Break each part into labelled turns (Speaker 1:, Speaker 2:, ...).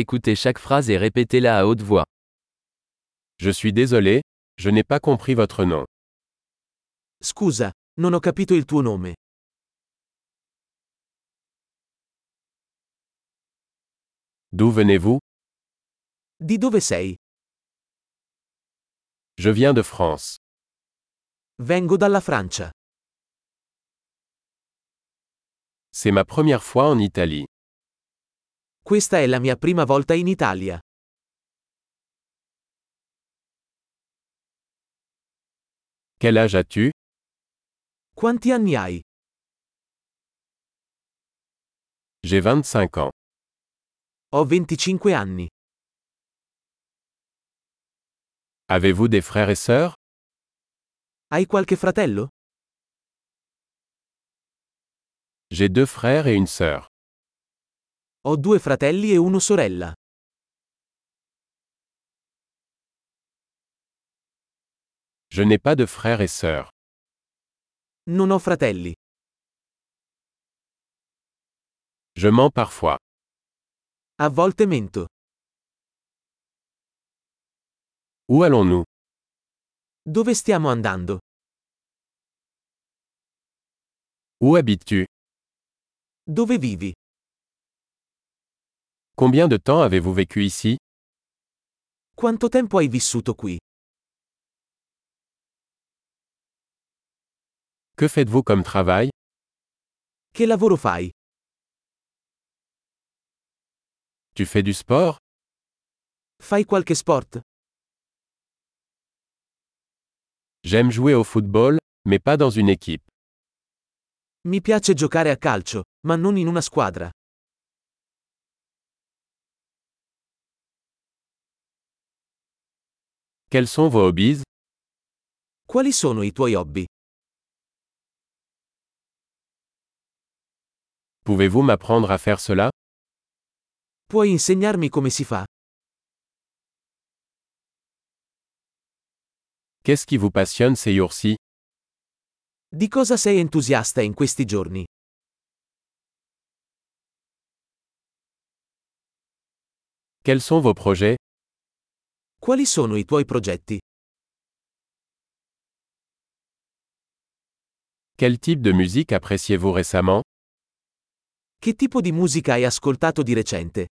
Speaker 1: Écoutez chaque phrase et répétez-la à haute voix.
Speaker 2: Je suis désolé, je n'ai pas compris votre nom.
Speaker 3: Scusa, non ho capito il tuo nome.
Speaker 2: D'où venez-vous
Speaker 3: Di dove sei?
Speaker 2: Je viens de France.
Speaker 3: Vengo dalla Francia.
Speaker 2: C'est ma première fois en Italie.
Speaker 3: Questa è la mia prima volta in Italia.
Speaker 2: Quel âge as-tu
Speaker 3: Quanti anni hai?
Speaker 2: J'ai 25 ans.
Speaker 3: Ho 25 anni.
Speaker 2: Avez-vous des frères et sœurs
Speaker 3: Hai qualche fratello?
Speaker 2: J'ai deux frères et une sœur.
Speaker 3: Ho due fratelli e una sorella.
Speaker 2: Je n'ai pas de frères et sœurs.
Speaker 3: Non ho fratelli.
Speaker 2: Je mens parfois.
Speaker 3: A volte mento.
Speaker 2: Où allons-nous
Speaker 3: Dove stiamo andando?
Speaker 2: Où habites-tu
Speaker 3: Dove vivi?
Speaker 2: Combien de temps avez-vous vécu ici
Speaker 3: Quanto tempo hai vissuto qui?
Speaker 2: Que faites-vous comme travail
Speaker 3: Che lavoro fai?
Speaker 2: Tu fais du sport
Speaker 3: Fai qualche sport?
Speaker 2: J'aime jouer au football, mais pas dans une équipe.
Speaker 3: Mi piace giocare a calcio, ma non in una squadra.
Speaker 2: Quels sont vos hobbies
Speaker 3: Quali sono i tuoi hobby?
Speaker 2: Pouvez-vous m'apprendre à faire cela
Speaker 3: Puoi insegnarmi come si fa?
Speaker 2: Qu'est-ce qui vous passionne ces jours-ci
Speaker 3: Di cosa sei entusiasta in questi giorni?
Speaker 2: Quels sont vos projets
Speaker 3: Quali sono i tuoi progetti?
Speaker 2: Quel type de musique appréciez-vous récemment
Speaker 3: Che tipo di musica hai ascoltato di recente?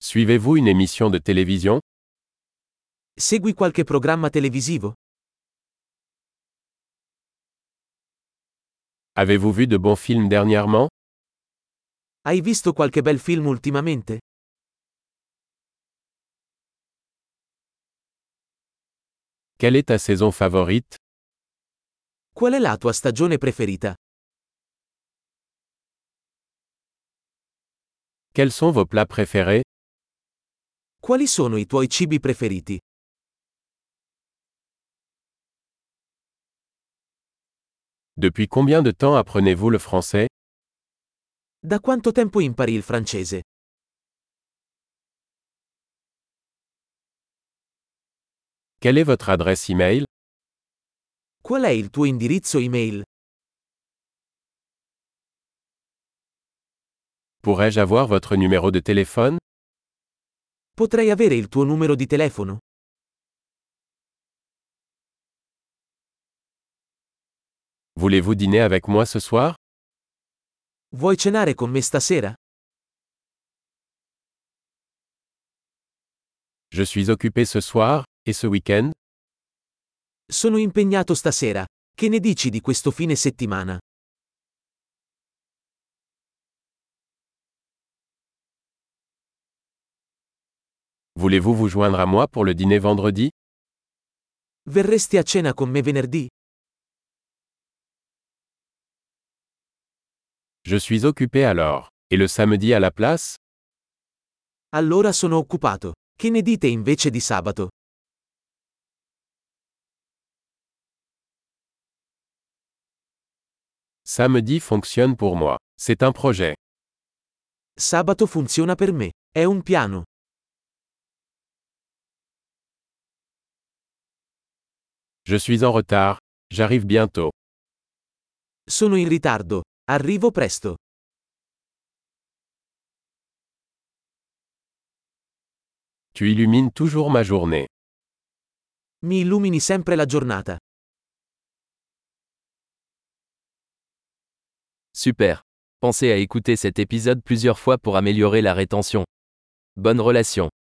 Speaker 2: Suivez-vous une émission de télévision
Speaker 3: Segui qualche programma televisivo?
Speaker 2: Avez-vous vu de bons films dernièrement
Speaker 3: Hai visto qualche bel film ultimamente?
Speaker 2: Quelle est ta saison favorite
Speaker 3: Qual è la tua stagione preferita?
Speaker 2: Quels sont vos plats préférés
Speaker 3: Quali sono i tuoi cibi preferiti?
Speaker 2: Depuis combien de temps apprenez-vous le français
Speaker 3: Da quanto tempo impari il francese?
Speaker 2: Quelle est votre adresse e-mail
Speaker 3: Qual è il tuo indirizzo email?
Speaker 2: Pourrais-je avoir votre numéro de téléphone
Speaker 3: Potrei avere il tuo numero di telefono?
Speaker 2: Voulez-vous dîner avec moi ce soir
Speaker 3: Vuoi cenare con me stasera?
Speaker 2: Je suis occupé ce soir, et ce week-end
Speaker 3: Sono impegnato stasera. Che ne dici di questo fine settimana?
Speaker 2: Voulez-vous vous joindre à moi pour le dîner vendredi
Speaker 3: Verresti a cena con me venerdì?
Speaker 2: Je suis occupé alors. Et le samedi à la place
Speaker 3: Allora sono occupato. Che ne dite invece di sabato?
Speaker 2: Samedi fonctionne pour moi. C'est un projet.
Speaker 3: Sabato funziona per me. È un piano.
Speaker 2: Je suis en retard. J'arrive bientôt.
Speaker 3: Sono in ritardo. Arrivo presto.
Speaker 2: Tu illumines toujours ma journée.
Speaker 3: Mi illumini sempre la giornata.
Speaker 1: Super. Pensez à écouter cet épisode plusieurs fois pour améliorer la rétention. Bonne relation.